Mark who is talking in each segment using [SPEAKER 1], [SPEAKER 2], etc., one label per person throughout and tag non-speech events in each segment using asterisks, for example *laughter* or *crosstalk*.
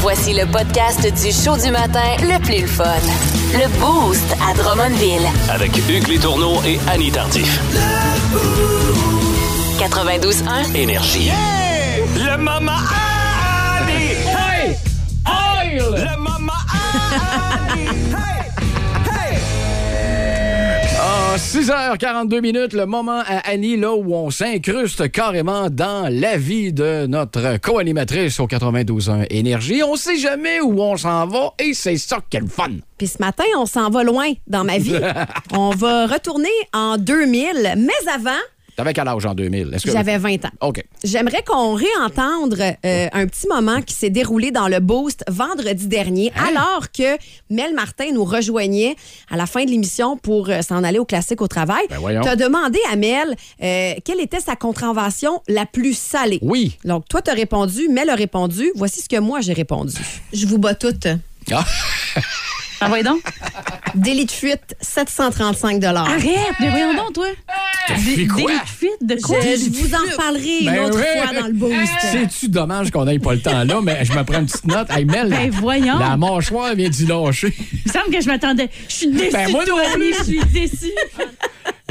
[SPEAKER 1] Voici le podcast du show du matin le plus le fun. Le Boost à Drummondville.
[SPEAKER 2] Avec Hugues Létourneau et Annie Tardif.
[SPEAKER 1] 92.1.
[SPEAKER 2] Énergie. Le Mama Annie! Hey! Le Mama Annie! Hey! Hey!
[SPEAKER 3] Ah, 6h42 minutes, le moment à Annie, là où on s'incruste carrément dans la vie de notre co-animatrice au 92.1 Énergie. On sait jamais où on s'en va et c'est ça qui est le fun.
[SPEAKER 4] Puis ce matin, on s'en va loin dans
[SPEAKER 3] *laughs*
[SPEAKER 4] ma vie. on va retourner en 2000, mais avant,
[SPEAKER 3] T'avais quel âge en Oh. 2000? Est-ce que-
[SPEAKER 4] j'avais 20 ans.
[SPEAKER 3] OK.
[SPEAKER 4] J'aimerais qu'on réentende euh, un petit moment qui s'est déroulé dans le Boost vendredi dernier,
[SPEAKER 3] Hein?
[SPEAKER 4] alors que Mel Martin nous rejoignait à la fin de l'émission pour euh, s'en aller au classique au travail.
[SPEAKER 3] Ben voyons.
[SPEAKER 4] T'as demandé à Mel euh, quelle était sa contravention la plus salée.
[SPEAKER 3] Oui.
[SPEAKER 4] Donc, toi, t'as répondu, Mel a répondu. Voici ce que moi, j'ai répondu.
[SPEAKER 5] Je vous bats toutes.
[SPEAKER 3] Ah,
[SPEAKER 5] Envoyez donc.
[SPEAKER 4] Délit de fuite, 735
[SPEAKER 5] *laughs* Arrête, mais voyons donc, toi.
[SPEAKER 3] T'as fait quoi?
[SPEAKER 5] Délit de fuite, de quoi?
[SPEAKER 4] Je, je vous en parlerai une
[SPEAKER 3] Ben
[SPEAKER 4] autre
[SPEAKER 3] oui.
[SPEAKER 4] fois dans le boost.
[SPEAKER 3] *laughs* C'est-tu dommage qu'on n'ait pas le temps là, mais je me prends une petite note. Hey, Mel, la-
[SPEAKER 5] Ben, voyons.
[SPEAKER 3] la mâchoire vient d'y lâcher.
[SPEAKER 5] Il me semble que je m'attendais. Je suis déçue.
[SPEAKER 3] Ben, moi
[SPEAKER 5] toi,
[SPEAKER 3] non
[SPEAKER 5] Annie, je suis déçue.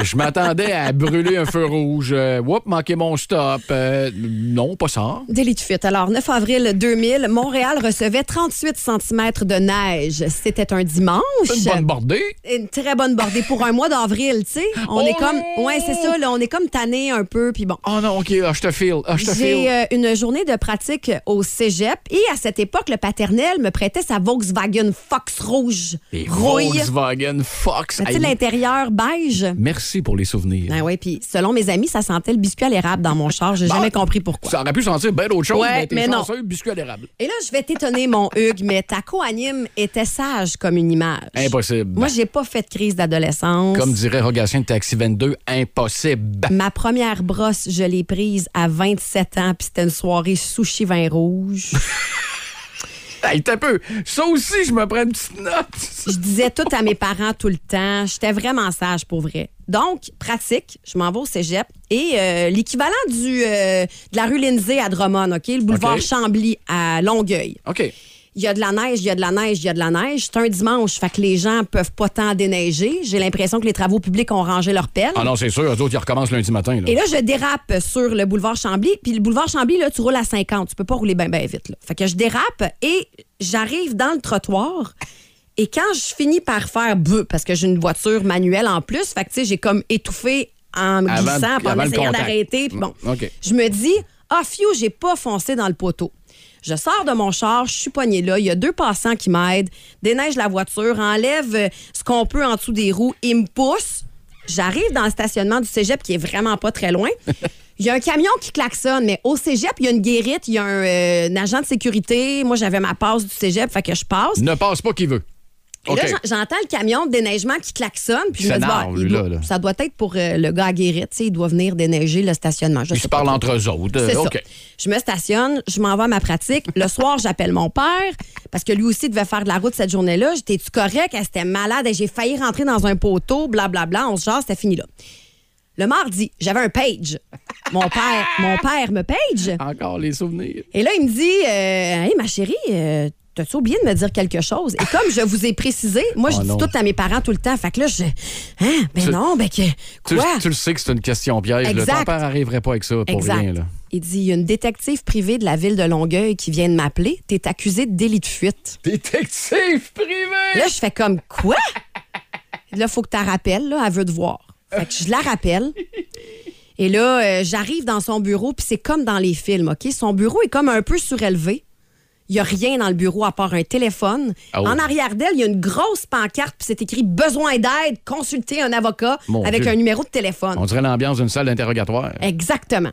[SPEAKER 3] Je m'attendais à brûler un feu rouge. Euh, Oups, manquer mon stop. Euh, non, pas ça.
[SPEAKER 4] Délit de fuite. Alors, 9 avril 2000, Montréal recevait 38 cm de neige. C'était un dimanche.
[SPEAKER 3] C'est une bonne bordée.
[SPEAKER 4] Une très bonne bordée pour un mois d'avril, tu sais. On
[SPEAKER 3] Oh
[SPEAKER 4] est comme,
[SPEAKER 3] non!
[SPEAKER 4] ouais, c'est ça, là, on est comme tanné un peu, puis bon.
[SPEAKER 3] Oh non, OK, ah, je te file. ah, je te
[SPEAKER 4] J'ai
[SPEAKER 3] file.
[SPEAKER 4] euh, une journée de pratique au cégep et à cette époque, le paternel me prêtait sa Volkswagen Fox Rouge.
[SPEAKER 3] Les
[SPEAKER 4] Rouille.
[SPEAKER 3] Volkswagen Fox.
[SPEAKER 4] Tu sais,
[SPEAKER 3] Hey,
[SPEAKER 4] l'intérieur beige.
[SPEAKER 3] merci pour les souvenirs.
[SPEAKER 4] Ben oui, puis selon mes amis, ça sentait le biscuit à l'érable dans mon char. J'ai jamais compris pourquoi.
[SPEAKER 3] Ça aurait pu sentir bien d'autres choses,
[SPEAKER 4] Ouais,
[SPEAKER 3] mais t'es
[SPEAKER 4] mais non.
[SPEAKER 3] chanceux, biscuit à l'érable.
[SPEAKER 4] Et là, je vais t'étonner, mon Hugues, mais ta co-anime était sage comme une image.
[SPEAKER 3] Impossible.
[SPEAKER 4] Moi, j'ai pas fait de crise d'adolescence.
[SPEAKER 3] Comme dirait Rogatien de Taxi 22, impossible.
[SPEAKER 4] Ma première brosse, je l'ai prise à 27 ans, puis c'était une soirée sushi
[SPEAKER 3] *laughs*
[SPEAKER 4] vin rouge.
[SPEAKER 3] Hey, t'as peu. Ça aussi, je me prends une petite note.
[SPEAKER 4] je disais tout à mes parents tout le temps. J'étais vraiment sage pour vrai. Donc, pratique, je m'en vais au cégep. Et euh, l'équivalent du euh, de la rue Lindsay à Drummond, OK? Le boulevard
[SPEAKER 3] OK.
[SPEAKER 4] Chambly à Longueuil.
[SPEAKER 3] OK.
[SPEAKER 4] Il y a de la neige, il y a de la neige, il y a de la neige. C'est un dimanche, fait que les gens peuvent pas tant déneiger. J'ai l'impression que les travaux publics ont rangé leur pelle.
[SPEAKER 3] Ah non, c'est sûr, eux autres, ils recommencent lundi matin. Là.
[SPEAKER 4] Et là, je dérape sur le boulevard Chambly. Puis le boulevard Chambly, là, tu roules à 50. Tu peux pas rouler bien, bien vite. Là. Fait que je dérape et j'arrive dans le trottoir. Et quand je finis par faire bœuf, parce que j'ai une voiture manuelle en plus, fait que tu sais, j'ai comme étouffé en me
[SPEAKER 3] Avant-
[SPEAKER 4] glissant, puis en
[SPEAKER 3] avant le
[SPEAKER 4] essayant
[SPEAKER 3] contact.
[SPEAKER 4] d'arrêter. Puis bon,
[SPEAKER 3] OK.
[SPEAKER 4] je me dis, ah, fiou, j'ai pas foncé dans le poteau. Je sors de mon char, je suis poignée là, il y a deux passants qui m'aident, déneige la voiture, enlève euh, ce qu'on peut en dessous des roues, ils me poussent. J'arrive dans le stationnement du cégep qui est vraiment pas très loin. Il y a un camion qui klaxonne, mais au cégep, il y a une guérite, il y a un, euh, un agent de sécurité. Moi, j'avais ma passe du cégep, fait que je passe.
[SPEAKER 3] Ne passe pas qui veut.
[SPEAKER 4] Et
[SPEAKER 3] OK.
[SPEAKER 4] là, j'en- j'entends le camion de déneigement qui klaxonne. Puis je
[SPEAKER 3] Ça
[SPEAKER 4] me dis, bah,
[SPEAKER 3] narve,
[SPEAKER 4] il
[SPEAKER 3] lui,
[SPEAKER 4] doit-
[SPEAKER 3] là, là.
[SPEAKER 4] ça doit être pour euh, le gars à Guérite. tu sais, Il doit venir déneiger le stationnement. Je
[SPEAKER 3] Ils
[SPEAKER 4] sais
[SPEAKER 3] se
[SPEAKER 4] pas
[SPEAKER 3] parlent
[SPEAKER 4] trop.
[SPEAKER 3] entre eux autres.
[SPEAKER 4] C'est
[SPEAKER 3] Euh,
[SPEAKER 4] ça.
[SPEAKER 3] OK.
[SPEAKER 4] Je me stationne, je m'en vais à ma pratique.
[SPEAKER 3] *laughs*
[SPEAKER 4] Le soir, j'appelle mon père parce que lui aussi devait faire de la route cette journée-là. J'étais-tu correct? Elle était malade. J'ai failli rentrer dans un poteau, blablabla. On se jase, c'était fini là. Le mardi, j'avais un page. Mon
[SPEAKER 3] *laughs*
[SPEAKER 4] père, mon père me page.
[SPEAKER 3] Encore les souvenirs.
[SPEAKER 4] Et là, il me dit euh, Hey, ma chérie, euh, t'as-tu oublié de me dire quelque chose? Et comme je vous ai précisé, moi, je
[SPEAKER 3] Oh
[SPEAKER 4] dis
[SPEAKER 3] non.
[SPEAKER 4] tout à mes parents tout le temps. Fait que là, je. Hein? Ben
[SPEAKER 3] Tu-
[SPEAKER 4] non, ben que.
[SPEAKER 3] Tu,
[SPEAKER 4] Quoi?
[SPEAKER 3] tu le sais que c'est une question piège. là.
[SPEAKER 4] Exact.
[SPEAKER 3] Ton père n'arriverait pas avec ça pour
[SPEAKER 4] exact.
[SPEAKER 3] rien. Là.
[SPEAKER 4] Il dit Il y a une détective privée de la ville de Longueuil qui vient de m'appeler. T'es accusé de délit de fuite.
[SPEAKER 3] Détective privé!
[SPEAKER 4] Là, je fais comme Quoi? Là, faut que t'en rappelles, là, elle veut te voir. Fait que je la rappelle. Et là, euh, j'arrive dans son bureau, puis c'est comme dans les films, OK? Son bureau est comme un peu surélevé. Il n'y a rien dans le bureau à part un téléphone.
[SPEAKER 3] Ah oui.
[SPEAKER 4] En arrière d'elle, il y a une grosse pancarte, puis c'est écrit Besoin d'aide, consultez un avocat
[SPEAKER 3] Mon
[SPEAKER 4] avec
[SPEAKER 3] Dieu.
[SPEAKER 4] un numéro de téléphone.
[SPEAKER 3] On dirait l'ambiance d'une salle d'interrogatoire.
[SPEAKER 4] Exactement.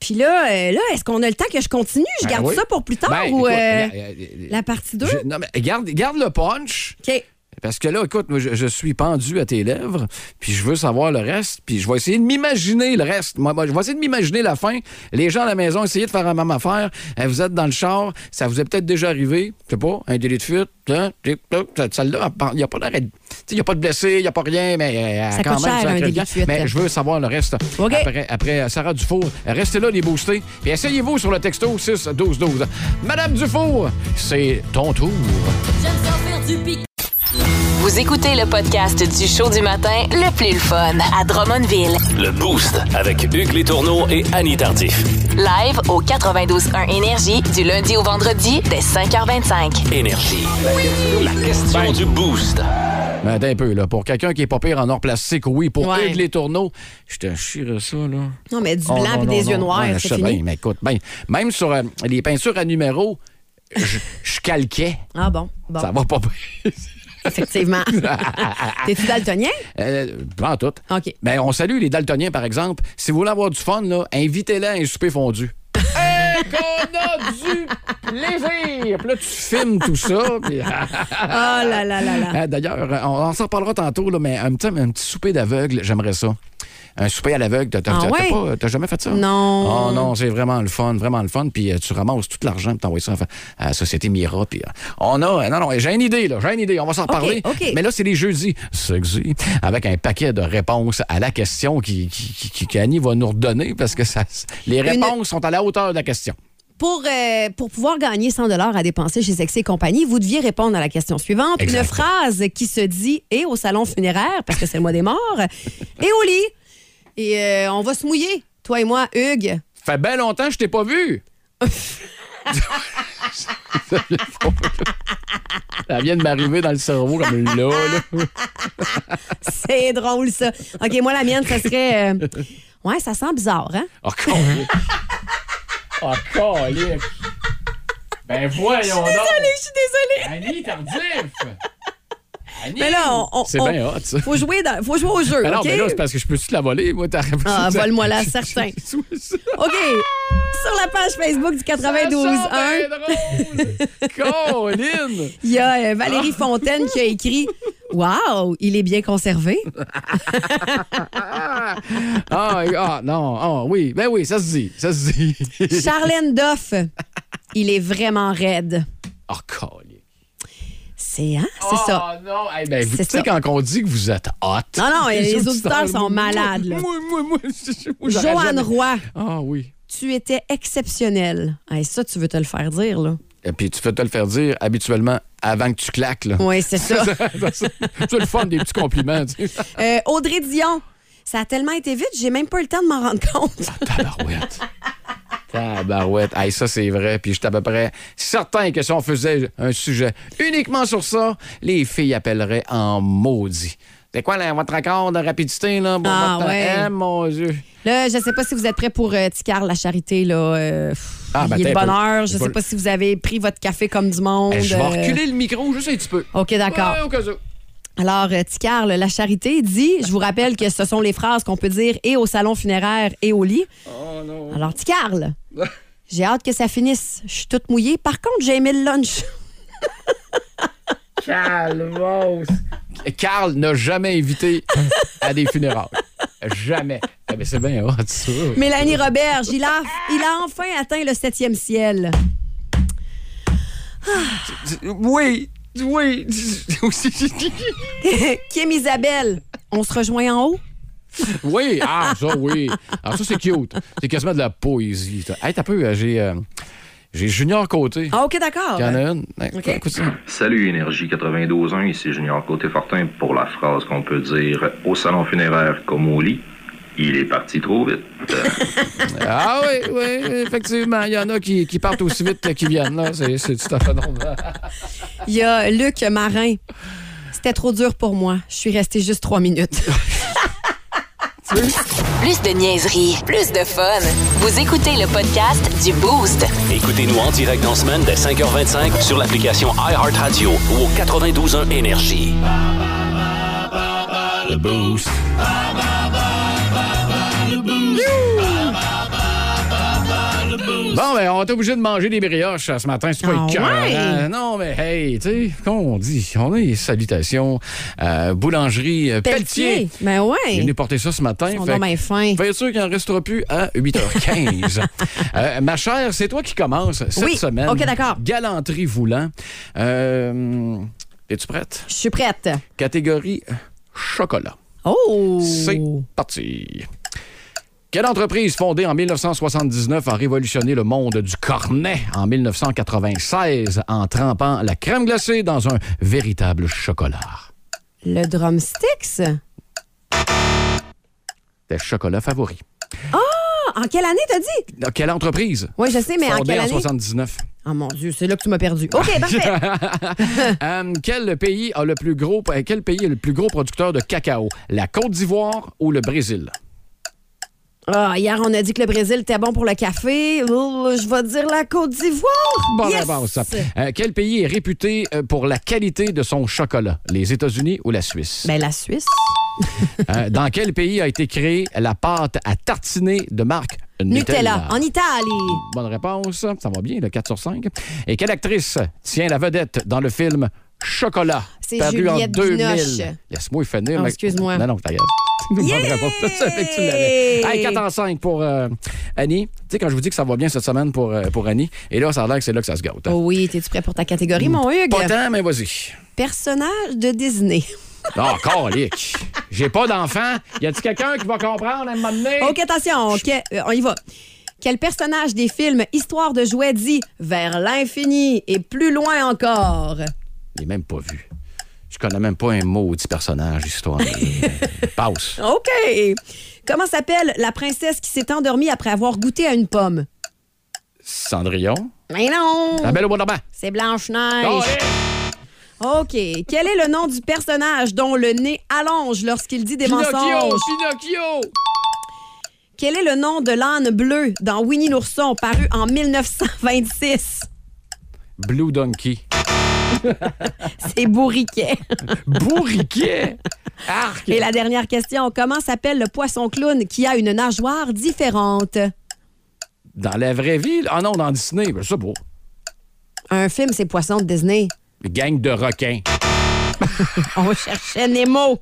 [SPEAKER 4] Puis là, euh, là est-ce qu'on a le temps que je continue? Je
[SPEAKER 3] Ben
[SPEAKER 4] garde
[SPEAKER 3] oui.
[SPEAKER 4] ça pour plus tard
[SPEAKER 3] Ben,
[SPEAKER 4] ou
[SPEAKER 3] écoute,
[SPEAKER 4] euh,
[SPEAKER 3] regarde, euh,
[SPEAKER 4] la partie 2?
[SPEAKER 3] je- non, mais garde, garde le punch.
[SPEAKER 4] OK.
[SPEAKER 3] Parce que là, écoute, moi, je, je suis pendu à tes lèvres, puis je veux savoir le reste, puis je vais essayer de m'imaginer le reste. Moi, moi, je vais essayer de m'imaginer la fin. Les gens à la maison, essayez de faire la même affaire. Euh, Vous êtes dans le char, ça vous est peut-être déjà arrivé, je sais pas, un délit de fuite, hein, tic, toc, cette salle-là, elle parle- il n'y ah, a pas d'arrêt. il n'y a pas de blessé, il n'y a pas rien, mais euh,
[SPEAKER 4] Ça
[SPEAKER 3] quand
[SPEAKER 4] coûte
[SPEAKER 3] même,
[SPEAKER 4] cher, un
[SPEAKER 3] sacré
[SPEAKER 4] début
[SPEAKER 3] bien.
[SPEAKER 4] de fuite.
[SPEAKER 3] Mais je veux savoir le reste
[SPEAKER 4] OK.
[SPEAKER 3] après, après euh, Sarah Dufour. Restez là, les boostés. Puis essayez-vous sur le texto 6 12 12. Madame Dufour, c'est ton tour.
[SPEAKER 1] Vous écoutez le podcast du show du matin le plus le fun à Drummondville.
[SPEAKER 2] Le Boost avec Hugues Létourneau et Annie Tardif.
[SPEAKER 1] Live au 92.1 Énergie du lundi au vendredi dès 5h25.
[SPEAKER 2] Énergie. La question du Boost.
[SPEAKER 3] Mais attends un peu, là. Pour quelqu'un qui est pas pire en or plastique, oui. Pour
[SPEAKER 4] Ouais.
[SPEAKER 3] Hugues Les Tourneaux, je te chierais ça, là.
[SPEAKER 4] Non, mais du
[SPEAKER 3] Oh,
[SPEAKER 4] blanc
[SPEAKER 3] non,
[SPEAKER 4] puis
[SPEAKER 3] non,
[SPEAKER 4] des
[SPEAKER 3] non.
[SPEAKER 4] yeux noirs,
[SPEAKER 3] Ouais, je
[SPEAKER 4] c'est
[SPEAKER 3] sais
[SPEAKER 4] fini.
[SPEAKER 3] bien, mais écoute, ben, même sur euh, les peintures à numéros, je je calquais.
[SPEAKER 4] Ah bon, bon,
[SPEAKER 3] Ça va pas bien. *laughs*
[SPEAKER 4] effectivement. T'es-tu daltonien?
[SPEAKER 3] Euh, pas en tout.
[SPEAKER 4] OK.
[SPEAKER 3] Mais on salue les daltoniens, par exemple. Si vous voulez avoir du fun, là, invitez-les à un souper fondu. Hey, qu'on a du plaisir! Puis là, tu filmes tout ça. puis-
[SPEAKER 4] Oh là là là là.
[SPEAKER 3] Ah, D'ailleurs, on, on s'en reparlera tantôt, là, mais un petit, un petit souper d'aveugle, j'aimerais ça. Un souper à l'aveugle, t'as t'as-
[SPEAKER 4] Ah
[SPEAKER 3] t'as
[SPEAKER 4] ouais?
[SPEAKER 3] pas- t'as jamais fait ça?
[SPEAKER 4] Non.
[SPEAKER 3] Oh non, c'est vraiment le fun, vraiment le fun. Puis euh, tu ramasses tout l'argent, puis t'envoies ça à la Société Mira. Puis euh, on a. Non, non, j'ai une idée, là. J'ai une idée. On va s'en reparler.
[SPEAKER 4] OK.
[SPEAKER 3] Mais là, c'est les jeudis. Sexy. Avec un paquet de réponses à la question qui, qui, qui- qui- qu'Annie va nous redonner parce que ça, les réponses sont à la hauteur de la question.
[SPEAKER 4] Pour, euh, pour pouvoir gagner 100 à dépenser chez Sexy et compagnie, vous deviez répondre à la question suivante. Une
[SPEAKER 3] Exact.
[SPEAKER 4] phrase qui se dit et au salon funéraire, parce que c'est le mois des morts, et au lit. Et euh, on va se mouiller, toi et moi, Hugues.
[SPEAKER 3] Fait bien longtemps que je t'ai pas vu. ça vient de m'arriver dans le cerveau comme là, là.
[SPEAKER 4] *laughs* C'est drôle, ça. OK, moi, la mienne, ça serait. euh, Ouais, ça sent bizarre, hein?
[SPEAKER 3] Encore. Encore, Oh, Ben voyons
[SPEAKER 4] Désolée, je suis désolée.
[SPEAKER 3] Annie Tardif! Annie!
[SPEAKER 4] Mais là, on. on-
[SPEAKER 3] C'est
[SPEAKER 4] on-
[SPEAKER 3] bien hot, ça.
[SPEAKER 4] Faut jouer, dans- faut jouer au jeu.
[SPEAKER 3] *laughs* Ben non,
[SPEAKER 4] OK?
[SPEAKER 3] mais là, c'est parce que je peux-tu te la voler, moi, t'as *laughs*
[SPEAKER 4] Ah, vole-moi la, certain. OK. Sur la page Facebook du 92.1,
[SPEAKER 3] *laughs* Colin!
[SPEAKER 4] il y a euh, Valérie Fontaine qui a écrit Wow, il est bien conservé.
[SPEAKER 3] Ah, ah, non, ah, oui, ben oui, ça se dit, ça se dit.
[SPEAKER 4] Charlène Doff, il est vraiment raide.
[SPEAKER 3] Oh, Colin!
[SPEAKER 4] C'est, hein? C'est ça.
[SPEAKER 3] Oh non! Eh ben, vous-
[SPEAKER 4] C'est
[SPEAKER 3] tu sais,
[SPEAKER 4] ça.
[SPEAKER 3] quand on dit que vous êtes hot.
[SPEAKER 4] Non, non, les auditeurs sont malades, là.
[SPEAKER 3] Moi, moi, moi, moi, moi, j'aurais
[SPEAKER 4] Joanne
[SPEAKER 3] jamais-
[SPEAKER 4] Roy,
[SPEAKER 3] Ah oui.
[SPEAKER 4] tu étais exceptionnelle. Hey, ça, tu veux te le faire dire, là.
[SPEAKER 3] Et puis, tu fais te le faire dire habituellement avant que tu claques, *laughs* là.
[SPEAKER 4] Oui, c'est ça.
[SPEAKER 3] c'est le fun des petits compliments, tu sais.
[SPEAKER 4] Euh, Audrey Dion, ça a tellement été vite, j'ai même pas eu le temps de m'en rendre compte.
[SPEAKER 3] *laughs* Tabarouette. Tabarouette. Hey, ça, c'est vrai. Puis, j'étais à peu près certain que si on faisait un sujet uniquement sur ça, les filles appelleraient en maudit. C'est quoi là, votre accord de rapidité, là? pour
[SPEAKER 4] Ah,
[SPEAKER 3] votre-
[SPEAKER 4] ouais.
[SPEAKER 3] Eh, mon Dieu.
[SPEAKER 4] Là, je sais pas si vous êtes prêts pour euh, Ticard, la charité, là. euh, pff,
[SPEAKER 3] Ah, ben,
[SPEAKER 4] il est
[SPEAKER 3] t'as un peu.
[SPEAKER 4] bonheur. Je
[SPEAKER 3] Je vais
[SPEAKER 4] sais
[SPEAKER 3] le-
[SPEAKER 4] pas si vous avez pris votre café comme du monde.
[SPEAKER 3] Eh, je vais
[SPEAKER 4] euh,
[SPEAKER 3] reculer le micro juste un petit peu.
[SPEAKER 4] OK, d'accord.
[SPEAKER 3] Ouais, au cas où.
[SPEAKER 4] Alors, euh, Ticard, là, la charité dit, je vous rappelle que ce sont les phrases qu'on peut dire et au salon funéraire et au lit. Alors, Ticard, là, j'ai hâte que ça finisse. Je suis toute mouillée. Par contre, j'ai aimé le lunch. *laughs*
[SPEAKER 3] Carl n'a jamais invité à des funérailles. Jamais. Eh ben, c'est bien hot, ça.
[SPEAKER 4] Mélanie Roberge, il a, il a enfin atteint le septième ciel.
[SPEAKER 3] Oui, oui. *laughs*
[SPEAKER 4] *laughs* Kim Isabelle, on se rejoint en haut?
[SPEAKER 3] oui, ah, ça, oui. Alors, ça, c'est cute. C'est quasiment de la poésie. ça. Hey, t'as peu, euh, j'ai, euh, j'ai Junior Côté.
[SPEAKER 4] Ah, OK, d'accord.
[SPEAKER 3] Il y en a une. Hey,
[SPEAKER 4] OK.
[SPEAKER 3] Écoute ça.
[SPEAKER 6] Salut Énergie 92.1, ici Junior Côté-Fortin pour la phrase qu'on peut dire au salon funéraire comme au lit. Il est parti trop vite.
[SPEAKER 3] Ah oui, oui, effectivement. Il y en a qui, qui partent aussi vite qu'ils viennent. Là. C'est, c'est tout à fait normal.
[SPEAKER 4] Il y a Luc Marin. C'était trop dur pour moi. Je suis restée juste trois minutes. *laughs*
[SPEAKER 1] Plus de niaiserie, plus de fun. Vous écoutez le podcast du Boost.
[SPEAKER 2] Écoutez-nous en direct dans la semaine dès 5h25 sur l'application iHeartRadio ou au 92.1 Énergie. Le Boost.
[SPEAKER 3] Bon, ben, on est obligé de manger des brioches euh, ce matin. C'est pas
[SPEAKER 4] Ah
[SPEAKER 3] écœurant.
[SPEAKER 4] ouais?
[SPEAKER 3] Euh, Non, mais hey, tu sais, qu'on dit, on est salutations, euh, boulangerie euh, Pelletier.
[SPEAKER 4] Mais
[SPEAKER 3] Il est venu
[SPEAKER 4] Ben ouais.
[SPEAKER 3] porter ça ce matin.
[SPEAKER 4] On
[SPEAKER 3] fait
[SPEAKER 4] a bien faim.
[SPEAKER 3] Fais sûr qu'il n'en restera plus à
[SPEAKER 4] *laughs*
[SPEAKER 3] 8h15. Euh, ma chère, c'est toi qui commences cette
[SPEAKER 4] Oui.
[SPEAKER 3] semaine.
[SPEAKER 4] OK, d'accord.
[SPEAKER 3] Galanterie voulant. Euh, Es-tu prête?
[SPEAKER 4] Je suis prête.
[SPEAKER 3] Catégorie euh, chocolat.
[SPEAKER 4] Oh!
[SPEAKER 3] C'est parti. Quelle entreprise fondée en 1979 a révolutionné le monde du cornet en 1996 en trempant la crème glacée dans un véritable chocolat?
[SPEAKER 4] Le drumsticks?
[SPEAKER 3] Tes chocolats favoris.
[SPEAKER 4] Ah, en quelle année t'as dit?
[SPEAKER 3] Dans Quelle entreprise?
[SPEAKER 4] Oui, je sais, mais en
[SPEAKER 3] fondée
[SPEAKER 4] quelle
[SPEAKER 3] en
[SPEAKER 4] année?
[SPEAKER 3] 79.
[SPEAKER 4] Oh mon Dieu, c'est là que tu m'as perdu.
[SPEAKER 3] *laughs*
[SPEAKER 4] OK, parfait.
[SPEAKER 3] Euh, quel pays a le plus gros euh, quel pays est le plus gros producteur de cacao La Côte d'Ivoire ou le Brésil
[SPEAKER 4] Ah, hier, on a dit que le Brésil était bon pour le café. Oh, Je vais dire la Côte d'Ivoire.
[SPEAKER 3] Bonne
[SPEAKER 4] Yes!
[SPEAKER 3] réponse. Euh, quel pays est réputé euh, pour la qualité de son chocolat Les États-Unis ou la Suisse
[SPEAKER 4] Ben, la Suisse.
[SPEAKER 3] Euh, Dans quel pays a été créée la pâte à tartiner de marque Nutella,
[SPEAKER 4] Nutella, en Italie.
[SPEAKER 3] Bonne réponse. Ça va bien, le 4 sur 5. Et quelle actrice tient la vedette dans le film Chocolat
[SPEAKER 4] C'est
[SPEAKER 3] paru en
[SPEAKER 4] Juliette
[SPEAKER 3] 2000
[SPEAKER 4] Binoche.
[SPEAKER 3] Laisse-moi finir.
[SPEAKER 4] Ah,
[SPEAKER 3] mais-
[SPEAKER 4] excuse-moi.
[SPEAKER 3] Non, non, ta gueule. *laughs* Bonne réponse. Je savais que tu l'avais. Hey, 4 en 5 pour euh, Annie. Tu sais, quand je vous dis que ça va bien cette semaine pour, euh, pour Annie, et là, ça a l'air que c'est là que ça se gâte. hein.
[SPEAKER 4] Oh oui, t'es-tu prêt pour ta catégorie, mon Oh, Hugues?
[SPEAKER 3] Mm. Pas tant, mais vas-y.
[SPEAKER 4] Personnage de Disney.
[SPEAKER 3] Ah, calique. J'ai pas d'enfant. Y a-tu quelqu'un qui va comprendre à un moment donné?
[SPEAKER 4] OK, attention, OK, euh, on y va. Quel personnage des films Histoire de jouets dit vers l'infini et plus loin encore?
[SPEAKER 3] Je l'ai même pas vu. Je connais même pas un maudit personnage,
[SPEAKER 4] *laughs*
[SPEAKER 3] histoire. Euh, Passe.
[SPEAKER 4] OK. Comment s'appelle la princesse qui s'est endormie après avoir goûté à une pomme?
[SPEAKER 3] Cendrillon.
[SPEAKER 4] Mais non!
[SPEAKER 3] La belle au bois dormant.
[SPEAKER 4] C'est
[SPEAKER 3] Ah
[SPEAKER 4] Blanche-Neige. OK. Quel est le nom du personnage dont le nez allonge lorsqu'il dit des mensonges?
[SPEAKER 3] Pinocchio!
[SPEAKER 4] Quel est le nom de l'âne bleu dans Winnie l'ourson paru en 1926?
[SPEAKER 3] Blue Donkey.
[SPEAKER 4] C'est Bourriquet. *laughs*
[SPEAKER 3] Bourriquet! Arc!
[SPEAKER 4] Et la dernière question, comment s'appelle le poisson clown qui a une nageoire différente?
[SPEAKER 3] Dans la vraie vie? là? Ah non, dans Disney. Ben, ça, beau.
[SPEAKER 4] Un film, c'est Poisson de Disney.
[SPEAKER 3] Gang de requins.
[SPEAKER 4] On cherchait Nemo.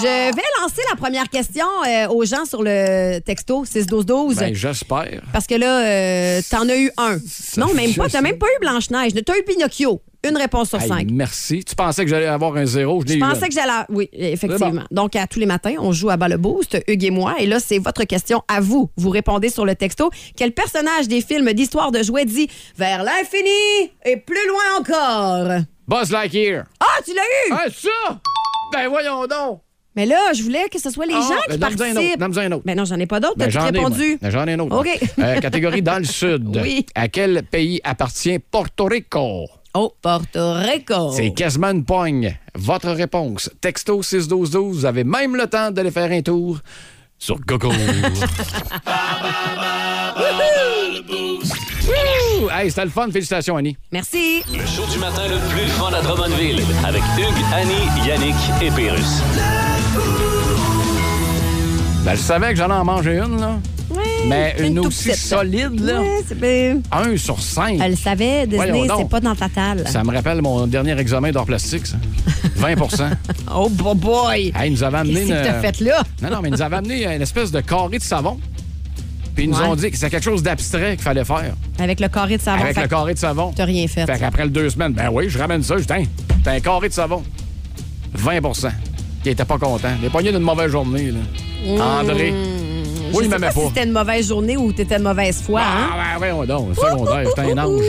[SPEAKER 4] Je vais lancer la première question euh, aux gens sur le texto 61212.
[SPEAKER 3] Ben, j'espère.
[SPEAKER 4] parce que là, euh, t'en as eu un. Non, même
[SPEAKER 3] je
[SPEAKER 4] pas.
[SPEAKER 3] sais.
[SPEAKER 4] T'as même pas eu Blanche-Neige. T'as eu Pinocchio. Une réponse sur
[SPEAKER 3] Hey,
[SPEAKER 4] cinq.
[SPEAKER 3] merci. Tu pensais que j'allais avoir un zéro. Je l'ai
[SPEAKER 4] Je
[SPEAKER 3] eu
[SPEAKER 4] pensais
[SPEAKER 3] un.
[SPEAKER 4] que j'allais. Oui, effectivement. Donc, à tous les matins, on joue à bas le boost, Hugues et moi. Et là, c'est votre question à vous. Vous répondez sur le texto. Quel personnage des films d'histoire de jouets dit vers l'infini et plus loin encore?
[SPEAKER 3] Buzz Lightyear.
[SPEAKER 4] Ah, tu l'as eu!
[SPEAKER 3] Ah, ça! Ben, voyons donc.
[SPEAKER 4] Mais là, je voulais que ce soit les
[SPEAKER 3] Ah,
[SPEAKER 4] gens qui
[SPEAKER 3] ben, donne-en un autre,
[SPEAKER 4] participent.
[SPEAKER 3] donne-en un autre.
[SPEAKER 4] Mais non, j'en ai pas d'autres.
[SPEAKER 3] Ben,
[SPEAKER 4] T'as
[SPEAKER 3] j'en ai, moi.
[SPEAKER 4] répondu.
[SPEAKER 3] Ben, j'en ai un autre.
[SPEAKER 4] OK.
[SPEAKER 3] Euh, catégorie dans le sud.
[SPEAKER 4] *laughs* Oui.
[SPEAKER 3] À quel pays appartient Porto Rico?
[SPEAKER 4] *laughs* Oh, Porto Rico.
[SPEAKER 3] C'est quasiment une pogne. Votre réponse. Texto 61212. Vous avez même le temps d'aller faire un tour sur Google. Wouhou! hey, c'était le fun. Félicitations, Annie.
[SPEAKER 4] Merci.
[SPEAKER 2] Le show du matin le plus fun à Drummondville avec Hugues, Annie, Yannick et Pérus.
[SPEAKER 3] Ben, je savais que j'allais en manger une, là.
[SPEAKER 4] Oui,
[SPEAKER 3] Mais une,
[SPEAKER 4] toute
[SPEAKER 3] aussi
[SPEAKER 4] petite.
[SPEAKER 3] solide, là.
[SPEAKER 4] Oui, c'est bien.
[SPEAKER 3] Un sur cinq.
[SPEAKER 4] Elle le savait,
[SPEAKER 3] Voyons
[SPEAKER 4] Disney,
[SPEAKER 3] donc.
[SPEAKER 4] c'est pas dans ta table.
[SPEAKER 3] Ça me rappelle mon dernier examen d'or plastique, ça. 20
[SPEAKER 4] *laughs* Oh, boy!
[SPEAKER 3] Hey, ils nous avaient amené
[SPEAKER 4] Qu'est-ce que t'as
[SPEAKER 3] une- euh,
[SPEAKER 4] fait là?
[SPEAKER 3] Non, non, mais ils nous avaient amené une espèce de carré de savon. Puis ils nous
[SPEAKER 4] Ouais.
[SPEAKER 3] ont dit que c'était quelque chose d'abstrait qu'il fallait faire
[SPEAKER 4] Avec le carré de savon.
[SPEAKER 3] avec
[SPEAKER 4] Fait
[SPEAKER 3] le
[SPEAKER 4] que
[SPEAKER 3] carré de savon.
[SPEAKER 4] T'as rien fait.
[SPEAKER 3] Fait qu'après le deux semaines, ben oui, je ramène ça, je dis, Tiens, t'as un carré de savon. 20 Il était pas content. Il est pogné d'une mauvaise journée, là. André.
[SPEAKER 4] Mmh. Je
[SPEAKER 3] Oui, il
[SPEAKER 4] sais
[SPEAKER 3] m'aimait
[SPEAKER 4] pas
[SPEAKER 3] pas.
[SPEAKER 4] si c'était une mauvaise journée ou t'étais de mauvaise foi. hein?
[SPEAKER 3] Ah, ouais, ouais, donc, secondaire, j'étais un ange.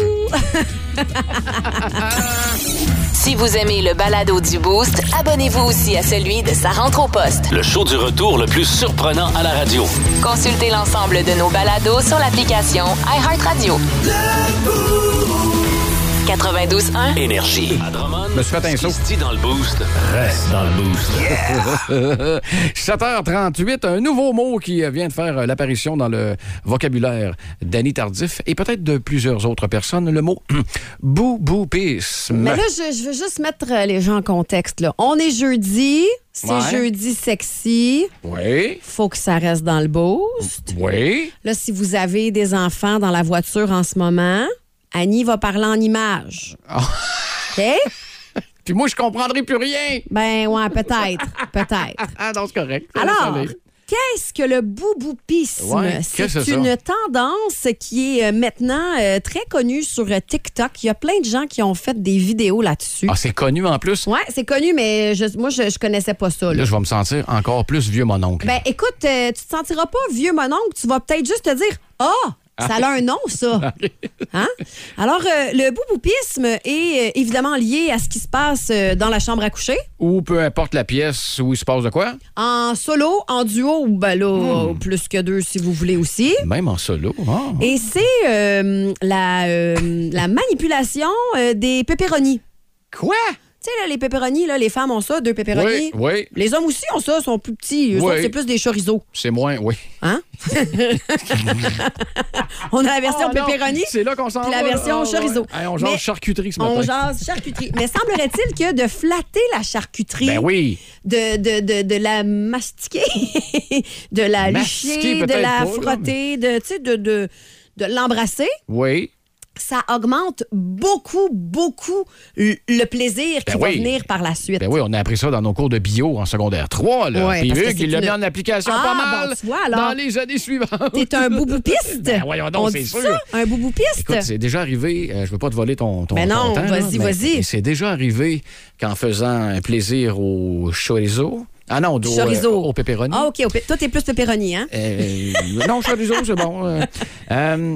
[SPEAKER 1] Si vous aimez le balado du Boost, abonnez-vous aussi à celui de Sa rentre au poste.
[SPEAKER 2] Le show du retour le plus surprenant à la radio.
[SPEAKER 1] Consultez l'ensemble de nos balados sur l'application iHeartRadio. 92.1,
[SPEAKER 2] Énergie. À Drummond,
[SPEAKER 3] Me suis fait un
[SPEAKER 2] ce qui
[SPEAKER 3] saut.
[SPEAKER 2] se dit dans le boost reste dans le boost.
[SPEAKER 4] *laughs*
[SPEAKER 3] 7h38, un nouveau mot qui euh, vient de faire euh, l'apparition dans le vocabulaire d'Annie Tardif et peut-être de plusieurs autres personnes, le mot *clears throat* bouboupisme.
[SPEAKER 4] Mais là, je, je veux juste mettre euh, les gens en contexte. Là. On est jeudi, c'est
[SPEAKER 3] Ouais.
[SPEAKER 4] jeudi sexy,
[SPEAKER 3] Oui,
[SPEAKER 4] faut que ça reste dans le boost.
[SPEAKER 3] oui.
[SPEAKER 4] Là, si vous avez des enfants dans la voiture en ce moment, Annie va parler en images.
[SPEAKER 3] Ah.
[SPEAKER 4] OK?
[SPEAKER 3] Puis moi, je comprendrai plus rien. *laughs*
[SPEAKER 4] Ben ouais, peut-être, peut-être.
[SPEAKER 3] Ah non, c'est correct.
[SPEAKER 4] Alors,
[SPEAKER 3] Désolé.
[SPEAKER 4] Qu'est-ce que le bouboupisme?
[SPEAKER 3] Ouais,
[SPEAKER 4] c'est
[SPEAKER 3] qu'est-ce que c'est
[SPEAKER 4] une
[SPEAKER 3] ça?
[SPEAKER 4] tendance qui est euh, maintenant euh, très connue sur euh, TikTok. Il y a plein de gens qui ont fait des vidéos là-dessus.
[SPEAKER 3] Ah, c'est connu en plus.
[SPEAKER 4] Ouais, c'est connu, mais je- moi, je, je connaissais pas ça. là.
[SPEAKER 3] Là, je vais me sentir encore plus vieux, mon oncle.
[SPEAKER 4] Ben, écoute, euh, tu te sentiras pas vieux mononcle. Tu vas peut-être juste te dire Ah, ça a un nom,
[SPEAKER 3] *laughs*
[SPEAKER 4] ça.
[SPEAKER 3] Ah,
[SPEAKER 4] Hein? Alors, euh, le bouboupisme est euh, évidemment lié à ce qui se passe euh, dans la chambre à coucher,
[SPEAKER 3] Ou peu importe la pièce où il se passe de quoi,
[SPEAKER 4] en solo, en duo, ou ben là, euh,
[SPEAKER 3] Hmm.
[SPEAKER 4] plus que deux si vous voulez aussi.
[SPEAKER 3] même en solo. Ah.
[SPEAKER 4] Et c'est euh, la, euh, la manipulation euh, des pépéronis.
[SPEAKER 3] Quoi?
[SPEAKER 4] Tu sais, là, les pépéronis, là, les femmes ont ça, deux pépéronis.
[SPEAKER 3] Oui, oui,
[SPEAKER 4] Les hommes aussi ont ça, sont plus petits. Eux
[SPEAKER 3] Oui.
[SPEAKER 4] autres, c'est plus des chorizos.
[SPEAKER 3] c'est moins, oui.
[SPEAKER 4] Hein? On a la version
[SPEAKER 3] Ah, non,
[SPEAKER 4] pepperoni,
[SPEAKER 3] C'est là qu'on s'en
[SPEAKER 4] puis
[SPEAKER 3] va.
[SPEAKER 4] la
[SPEAKER 3] là.
[SPEAKER 4] version
[SPEAKER 3] Ah,
[SPEAKER 4] chorizo.
[SPEAKER 3] ouais. Hey, on jase
[SPEAKER 4] Mais
[SPEAKER 3] charcuterie ce matin.
[SPEAKER 4] On jase charcuterie. Mais semblerait-il que de flatter la charcuterie,
[SPEAKER 3] Ben oui.
[SPEAKER 4] de, de, de, de la mastiquer, *laughs* de la
[SPEAKER 3] Mastiquer,
[SPEAKER 4] licher, de
[SPEAKER 3] peut-être
[SPEAKER 4] la
[SPEAKER 3] pas, là,
[SPEAKER 4] frotter, de, tu sais, de, de, de l'embrasser,
[SPEAKER 3] Oui.
[SPEAKER 4] ça augmente beaucoup, beaucoup le le plaisir qui
[SPEAKER 3] Ben
[SPEAKER 4] va
[SPEAKER 3] oui.
[SPEAKER 4] venir par la suite.
[SPEAKER 3] Ben oui, on a appris ça dans nos cours de bio en secondaire 3. Là.
[SPEAKER 4] Ouais,
[SPEAKER 3] Puis
[SPEAKER 4] parce que
[SPEAKER 3] Hugues,
[SPEAKER 4] c'est
[SPEAKER 3] il l'a
[SPEAKER 4] une-
[SPEAKER 3] mis en application
[SPEAKER 4] Ah,
[SPEAKER 3] pas mal
[SPEAKER 4] bon, tu vois, alors.
[SPEAKER 3] dans les années suivantes.
[SPEAKER 4] T'es
[SPEAKER 3] *laughs*
[SPEAKER 4] un bouboupiste?
[SPEAKER 3] Ben voyons donc,
[SPEAKER 4] On
[SPEAKER 3] c'est
[SPEAKER 4] dit
[SPEAKER 3] sûr.
[SPEAKER 4] ça, un bouboupiste?
[SPEAKER 3] Écoute, c'est déjà arrivé, euh, je veux pas te voler ton, ton,
[SPEAKER 4] Ben
[SPEAKER 3] ton
[SPEAKER 4] non,
[SPEAKER 3] temps, là,
[SPEAKER 4] vas-y,
[SPEAKER 3] mais
[SPEAKER 4] vas-y.
[SPEAKER 3] C'est déjà arrivé qu'en faisant un plaisir au chorizo, ah non, au,
[SPEAKER 4] Chorizo.
[SPEAKER 3] euh, au pepperoni.
[SPEAKER 4] Ah, OK. au pe- Toi, t'es plus pepperoni, hein?
[SPEAKER 3] Euh, non, chorizo, c'est bon.
[SPEAKER 4] *laughs*
[SPEAKER 3] euh, euh,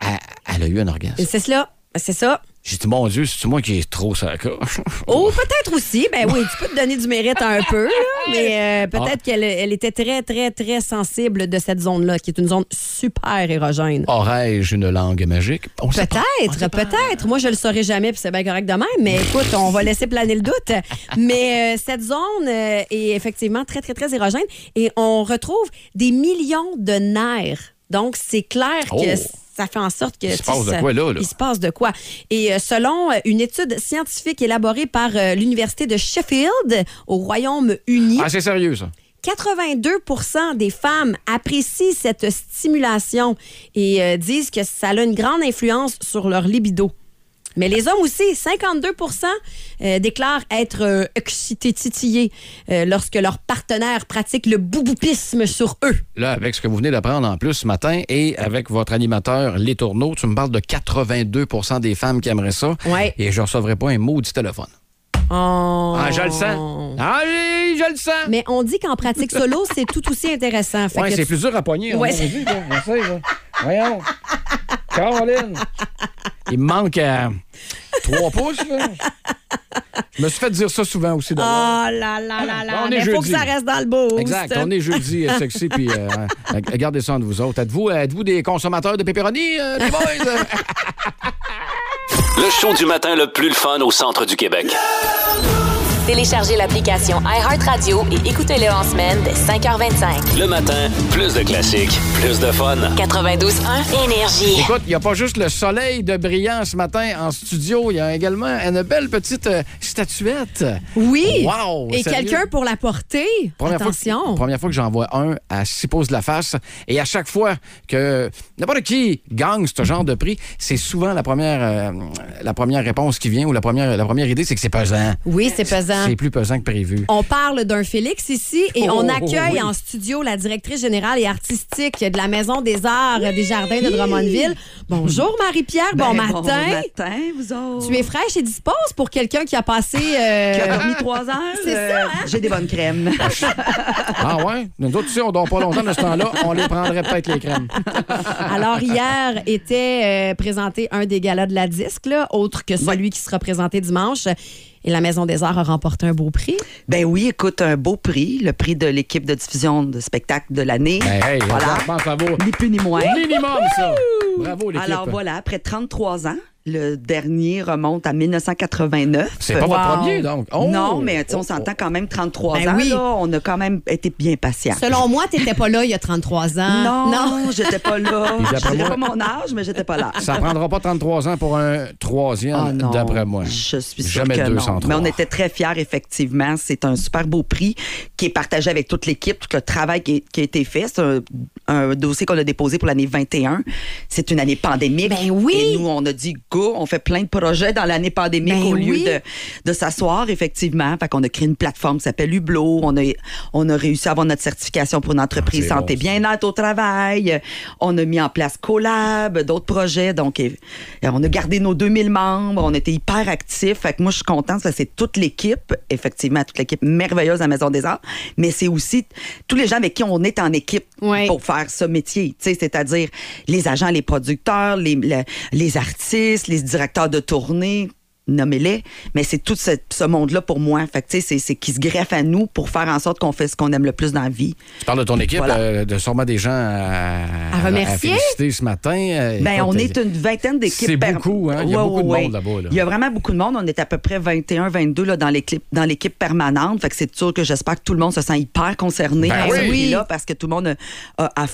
[SPEAKER 3] elle, elle a eu un orgasme.
[SPEAKER 4] C'est cela. C'est ça.
[SPEAKER 3] J'ai dit, mon Dieu, c'est-tu moi qui est trop sur la coche?
[SPEAKER 4] Oh, peut-être aussi. Ben oui, tu peux te donner du mérite un
[SPEAKER 3] *laughs*
[SPEAKER 4] peu, là,
[SPEAKER 3] Ah.
[SPEAKER 4] mais euh, peut-être qu'elle elle était très, très, très sensible de cette zone-là, qui est une zone super érogène.
[SPEAKER 3] Aurais-je une langue magique? On sait pas. On
[SPEAKER 4] Peut-être,
[SPEAKER 3] sait pas.
[SPEAKER 4] peut-être. Moi, je le saurais jamais, puis c'est bien correct de même. Mais écoute, on va laisser planer le doute. Mais euh, cette zone euh, est effectivement très, très, très érogène. Et on retrouve des millions de nerfs. Donc, c'est clair
[SPEAKER 3] Oh.
[SPEAKER 4] que ça fait en sorte que...
[SPEAKER 3] Il se
[SPEAKER 4] tu sais,
[SPEAKER 3] passe de
[SPEAKER 4] ça-
[SPEAKER 3] quoi, là, là?
[SPEAKER 4] Il se passe de quoi. Et euh, selon euh, une étude scientifique élaborée par euh, l'Université de Sheffield au Royaume-Uni,
[SPEAKER 3] Ah, c'est sérieux, ça.
[SPEAKER 4] 82 des femmes apprécient cette stimulation et euh, disent que ça a une grande influence sur leur libido. Mais les hommes aussi, 52 euh, déclarent être euh, excités, titillés euh, lorsque leur partenaire pratique le bouboupisme sur eux.
[SPEAKER 3] Là, avec ce que vous venez d'apprendre en plus ce matin et avec votre animateur Les Tourneaux, tu me parles de 82 des femmes qui aimeraient ça.
[SPEAKER 4] Ouais.
[SPEAKER 3] Et je ne recevrai pas un mot du téléphone.
[SPEAKER 4] Oh.
[SPEAKER 3] Ah, je le sens. Ah, oui, je le sens.
[SPEAKER 4] Mais on dit qu'en pratique solo, c'est tout aussi intéressant. Fait
[SPEAKER 3] Ouais,
[SPEAKER 4] que
[SPEAKER 3] c'est
[SPEAKER 4] tu-
[SPEAKER 3] plus dur à poigner. on
[SPEAKER 4] Ouais.
[SPEAKER 3] l'a dit, là, on sait, là. Voyons. Caroline. Il me manque euh, trois pouces, là. Je me suis fait dire ça souvent aussi.
[SPEAKER 4] Oh
[SPEAKER 3] d'ailleurs.
[SPEAKER 4] là là là là.
[SPEAKER 3] On est
[SPEAKER 4] Mais faut que
[SPEAKER 3] jeudi.
[SPEAKER 4] ça reste dans le beau.
[SPEAKER 3] Exact. On est jeudi euh, sexy, puis
[SPEAKER 4] *laughs*
[SPEAKER 3] euh, euh, gardez ça entre vous autres. Êtes-vous euh, êtes-vous des consommateurs de pepperoni, euh, les boys?
[SPEAKER 2] Le show du matin le plus le fun au centre du Québec.
[SPEAKER 1] Téléchargez l'application iHeartRadio et écoutez-le en semaine dès 5h25.
[SPEAKER 2] Le matin, plus de classiques, plus de fun.
[SPEAKER 1] 92.1 Énergie.
[SPEAKER 3] Écoute, il n'y a pas juste le soleil de brillant ce matin en studio, il y a également une belle petite euh, statuette.
[SPEAKER 4] Oui.
[SPEAKER 3] Wow,
[SPEAKER 4] Et
[SPEAKER 3] sérieux?
[SPEAKER 4] quelqu'un pour la porter.
[SPEAKER 3] Fois
[SPEAKER 4] Attention.
[SPEAKER 3] que, première fois que j'en vois un à six pouces de la face. Et à chaque fois que n'importe qui gagne ce genre de prix, c'est souvent la première, euh, la première réponse qui vient ou la première, la première idée, c'est que c'est pesant.
[SPEAKER 4] Oui, c'est pesant.
[SPEAKER 3] C'est plus pesant que
[SPEAKER 4] *laughs*
[SPEAKER 3] prévu.
[SPEAKER 4] On parle d'un Félix ici et
[SPEAKER 3] Oh,
[SPEAKER 4] on
[SPEAKER 3] oh,
[SPEAKER 4] accueille
[SPEAKER 3] oui.
[SPEAKER 4] en studio la directrice générale et artistique de la Maison des Arts des Jardins de Drummondville. Bonjour Marie-Pierre, bon
[SPEAKER 7] Ben,
[SPEAKER 4] matin.
[SPEAKER 7] Bon matin, vous autres.
[SPEAKER 4] Tu es fraîche et dispose pour quelqu'un qui a passé euh,
[SPEAKER 7] Qui a dormi
[SPEAKER 4] *laughs*
[SPEAKER 7] trois heures. euh.
[SPEAKER 4] C'est ça, hein?
[SPEAKER 7] J'ai des bonnes crèmes.
[SPEAKER 3] Ah ouais? Nous autres, tu sais, on dort pas longtemps de ce temps-là, on les prendrait peut-être les
[SPEAKER 4] *laughs*
[SPEAKER 3] crèmes.
[SPEAKER 4] Alors, hier était euh, présenté un des galas de la disque, là, autre que celui qui sera présenté dimanche. Et la Maison des Arts a remporté un beau prix.
[SPEAKER 7] *laughs* ben oui, écoute, un beau prix, le prix de l'équipe de diffusion de spectacle de l'année.
[SPEAKER 3] Ben, hey,
[SPEAKER 7] voilà.
[SPEAKER 3] je pense que ça vaut
[SPEAKER 7] Ni plus ni moins.
[SPEAKER 3] minimum, ça. Bravo, l'équipe.
[SPEAKER 7] Alors voilà, après 33 ans, le dernier remonte à 1989.
[SPEAKER 3] C'est pas votre
[SPEAKER 4] Wow.
[SPEAKER 3] premier, donc. Oh!
[SPEAKER 7] non, mais tu sais, on
[SPEAKER 3] Oh,
[SPEAKER 7] s'entend quand même 33
[SPEAKER 4] Ben
[SPEAKER 7] ans.
[SPEAKER 4] oui.
[SPEAKER 7] là, on a quand même été bien patient.
[SPEAKER 4] Selon moi, t'étais pas là il y a 33 ans.
[SPEAKER 7] Non, hein? non, j'étais pas là.
[SPEAKER 3] *laughs* Puis d'après
[SPEAKER 7] J'étais
[SPEAKER 3] moi-
[SPEAKER 7] pas mon âge, mais j'étais pas là.
[SPEAKER 3] oh. Ça prendra pas 33 ans pour un
[SPEAKER 7] Ah
[SPEAKER 3] troisième,
[SPEAKER 7] non,
[SPEAKER 3] d'après moi.
[SPEAKER 7] Je suis sûre
[SPEAKER 3] Jamais
[SPEAKER 7] que non.
[SPEAKER 3] 203.
[SPEAKER 7] Mais on était très fiers, effectivement. C'est un super beau prix qui est partagé avec toute l'équipe, tout le travail qui, est- qui a été fait. C'est un, un dossier qu'on a déposé pour l'année 21. C'est une année pandémique.
[SPEAKER 4] Ben oui.
[SPEAKER 7] Et nous, on a dit cas, on fait plein de projets dans l'année pandémique
[SPEAKER 4] Ben
[SPEAKER 7] au lieu
[SPEAKER 4] oui.
[SPEAKER 7] de, de s'asseoir, effectivement. Fait qu'on a créé une plateforme qui s'appelle Hublot. On a, on a réussi à avoir notre certification pour une entreprise
[SPEAKER 3] Ah, c'est
[SPEAKER 7] santé
[SPEAKER 3] bon,
[SPEAKER 7] bien-être au travail. On a mis en place Collab, d'autres projets. Donc, et- et on a gardé nos 2000 membres. On était hyper actifs. Fait que moi, je suis contente. Ça, C'est toute l'équipe, effectivement, toute l'équipe merveilleuse à la Maison des Arts. Mais c'est aussi tous les gens avec qui on est en équipe
[SPEAKER 4] Ouais.
[SPEAKER 7] pour faire ce métier. Tu sais, C'est-à-dire les agents, les producteurs, les, le- les artistes, les directeurs de tournée nommez-les, mais c'est tout ce, ce monde-là pour moi. Fait que, tu sais, c'est- c'est qui se greffe à nous pour faire en sorte qu'on fait ce qu'on aime le plus dans la vie.
[SPEAKER 3] Tu parles de ton équipe,
[SPEAKER 7] Voilà.
[SPEAKER 3] euh, de sûrement des gens à,
[SPEAKER 4] À remercier.
[SPEAKER 3] féliciter ce matin. Euh,
[SPEAKER 7] Ben,
[SPEAKER 3] écoute,
[SPEAKER 7] on est une vingtaine d'équipes.
[SPEAKER 3] C'est
[SPEAKER 7] per-
[SPEAKER 3] beaucoup, hein? Il y a
[SPEAKER 7] Ouais,
[SPEAKER 3] beaucoup de
[SPEAKER 7] ouais,
[SPEAKER 3] monde
[SPEAKER 7] ouais.
[SPEAKER 3] là-bas. là.
[SPEAKER 7] Il y a vraiment beaucoup de monde. On est à peu près 21, 22 là, dans l'équipe dans l'équipe permanente. Fait que c'est sûr que j'espère que tout le monde se sent hyper concerné
[SPEAKER 3] Ben
[SPEAKER 7] par ce
[SPEAKER 3] oui.
[SPEAKER 7] prix-là parce que tout le monde a, a- a-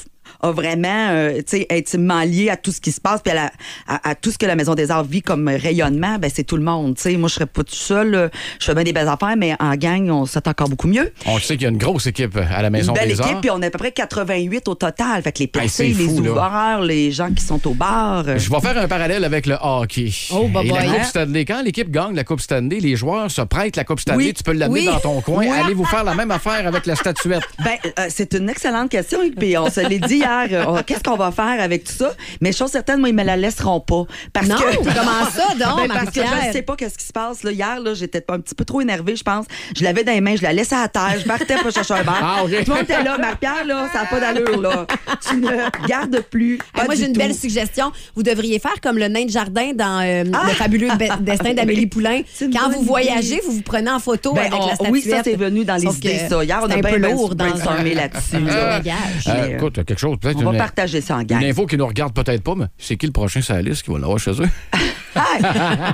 [SPEAKER 7] a vraiment euh, tu sais, intimement lié à tout ce qui se passe puis à, la- à- à tout ce que la Maison des Arts vit comme rayonnement. Ben, c'est tout le monde. tu sais. Moi, je serais pas tout seul. euh, Je fais bien des belles affaires, mais en gang, on s'entend encore beaucoup mieux.
[SPEAKER 3] On sait qu'il y a une grosse équipe à la Maison
[SPEAKER 7] Une belle
[SPEAKER 3] des
[SPEAKER 7] équipe,
[SPEAKER 3] Arts.
[SPEAKER 7] puis on est à peu près 88 au total. Fait que les placés,
[SPEAKER 3] c'est
[SPEAKER 7] les
[SPEAKER 3] fou, là.
[SPEAKER 7] ouvreurs, les gens qui sont au bar. euh,
[SPEAKER 3] Je vais faire un parallèle avec le hockey.
[SPEAKER 4] Oh, bah,
[SPEAKER 3] Et la
[SPEAKER 4] bah, hein.
[SPEAKER 3] Coupe Stanley. Quand l'équipe gagne la Coupe Stanley, les joueurs se prêtent la Coupe Stanley.
[SPEAKER 4] Oui.
[SPEAKER 3] Tu peux l'amener
[SPEAKER 4] Oui.
[SPEAKER 3] dans ton coin. Allez vous faire la même affaire avec la statuette.
[SPEAKER 7] *laughs* Ben, euh, c'est une excellente question. Hugues, Puis on se l'est dit hier. euh, on- Qu'est-ce qu'on va faire avec tout ça? Mais chose certaine, moi, ils me la laisseront pas. Parce
[SPEAKER 4] Non,
[SPEAKER 7] que. *laughs*
[SPEAKER 4] comment ça, donc,
[SPEAKER 7] Ben, parce que je
[SPEAKER 4] Marie-Pierre?
[SPEAKER 7] ne sais pas qu'est-ce qui se passe. Là, hier, là, j'étais un petit peu trop énervée, je pense. Je l'avais dans les mains, je la laissais à terre, je partais pour chercher un verre.
[SPEAKER 3] Ah, ok.
[SPEAKER 7] Tout le monde était là. Marie-Pierre, là, ça n'a pas d'allure, là. Tu ne gardes plus.
[SPEAKER 4] Ah,
[SPEAKER 7] Pas
[SPEAKER 4] moi,
[SPEAKER 7] du
[SPEAKER 4] j'ai une
[SPEAKER 7] tout.
[SPEAKER 4] belle suggestion. Vous devriez faire comme le nain de jardin dans euh, le fabuleux
[SPEAKER 7] *laughs*
[SPEAKER 4] be- destin d'Amélie Poulain.
[SPEAKER 7] Ah! Ben, C'est une
[SPEAKER 4] Quand
[SPEAKER 7] bonne
[SPEAKER 4] vous voyagez, vous vous prenez en photo
[SPEAKER 7] Ben,
[SPEAKER 4] avec
[SPEAKER 7] on-
[SPEAKER 4] la statuette.
[SPEAKER 7] oui, ça, c'est venu dans les
[SPEAKER 4] Sauf
[SPEAKER 7] idées,
[SPEAKER 4] que
[SPEAKER 7] ça. Hier, on a
[SPEAKER 4] c'est un
[SPEAKER 7] bien
[SPEAKER 4] peu
[SPEAKER 7] brain-
[SPEAKER 4] lourd dans un *laughs* Ah,
[SPEAKER 7] brainstormé là-dessus,
[SPEAKER 4] dans
[SPEAKER 7] là.
[SPEAKER 4] un bagage.
[SPEAKER 3] Euh,
[SPEAKER 7] Mais, euh,
[SPEAKER 3] écoute, quelque chose, peut-être
[SPEAKER 7] on va
[SPEAKER 3] une,
[SPEAKER 7] partager ça en gang.
[SPEAKER 3] une info qui nous regarde peut-être pas, mais c'est qui le prochain sur la liste qui va l'avoir chez eux?
[SPEAKER 7] Hey,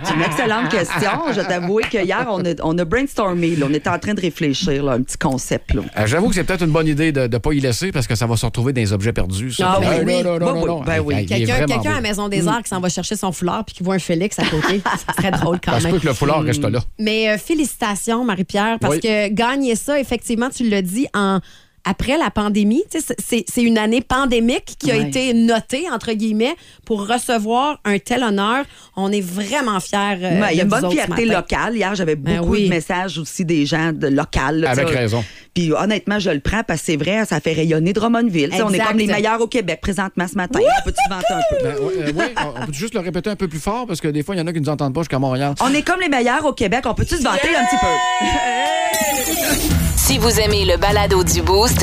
[SPEAKER 7] c'est une excellente question. Je t'avoue que hier, on a, on a brainstormé. là. On était en train de réfléchir là, un petit concept. Là.
[SPEAKER 3] Euh, J'avoue que c'est peut-être une bonne idée de ne pas y laisser parce que ça va se retrouver dans les objets perdus. ça.
[SPEAKER 7] Ah oui,
[SPEAKER 3] non,
[SPEAKER 7] oui.
[SPEAKER 3] non, non,
[SPEAKER 7] Ben
[SPEAKER 3] non,
[SPEAKER 7] oui,
[SPEAKER 3] non.
[SPEAKER 7] ben oui.
[SPEAKER 3] Hey, il est
[SPEAKER 4] Quelqu'un
[SPEAKER 3] vraiment
[SPEAKER 4] quelqu'un à
[SPEAKER 3] beau.
[SPEAKER 4] la Maison des Arts qui s'en va chercher son foulard puis qui voit un Félix à côté. *laughs* ça serait drôle quand
[SPEAKER 3] Ça se
[SPEAKER 4] même.
[SPEAKER 3] peut que le foulard reste là.
[SPEAKER 4] Mais euh, félicitations, Marie-Pierre, parce
[SPEAKER 3] Oui.
[SPEAKER 4] que gagner ça, effectivement, tu l'as dit, en après la pandémie, Tu sais, c'est- c'est c'est une année pandémique qui a
[SPEAKER 7] Ouais.
[SPEAKER 4] été notée, entre guillemets, pour recevoir un tel honneur. On est vraiment fiers euh,
[SPEAKER 7] Ouais, il y
[SPEAKER 4] de
[SPEAKER 7] a une
[SPEAKER 4] vous
[SPEAKER 7] bonne
[SPEAKER 4] autres ce
[SPEAKER 7] fierté
[SPEAKER 4] matin.
[SPEAKER 7] locale. Hier, j'avais beaucoup
[SPEAKER 4] Ben oui.
[SPEAKER 7] de messages aussi des gens de local. là,
[SPEAKER 3] Avec
[SPEAKER 7] tu sais.
[SPEAKER 3] raison.
[SPEAKER 7] Puis honnêtement, je le prends parce que c'est vrai, ça fait rayonner Drummondville. Tu sais, On est
[SPEAKER 4] Exact.
[SPEAKER 7] comme les meilleurs au Québec présentement ce matin. On peut-tu vanter un peu?
[SPEAKER 3] Ben, ouais, euh, oui, on- on peut juste le répéter un peu plus fort parce que des fois, il y en a qui ne nous entendent pas jusqu'à Montréal.
[SPEAKER 7] On est comme les meilleurs au Québec. On peut-tu se vanter un petit peu?
[SPEAKER 1] Si vous aimez le balado du Boost,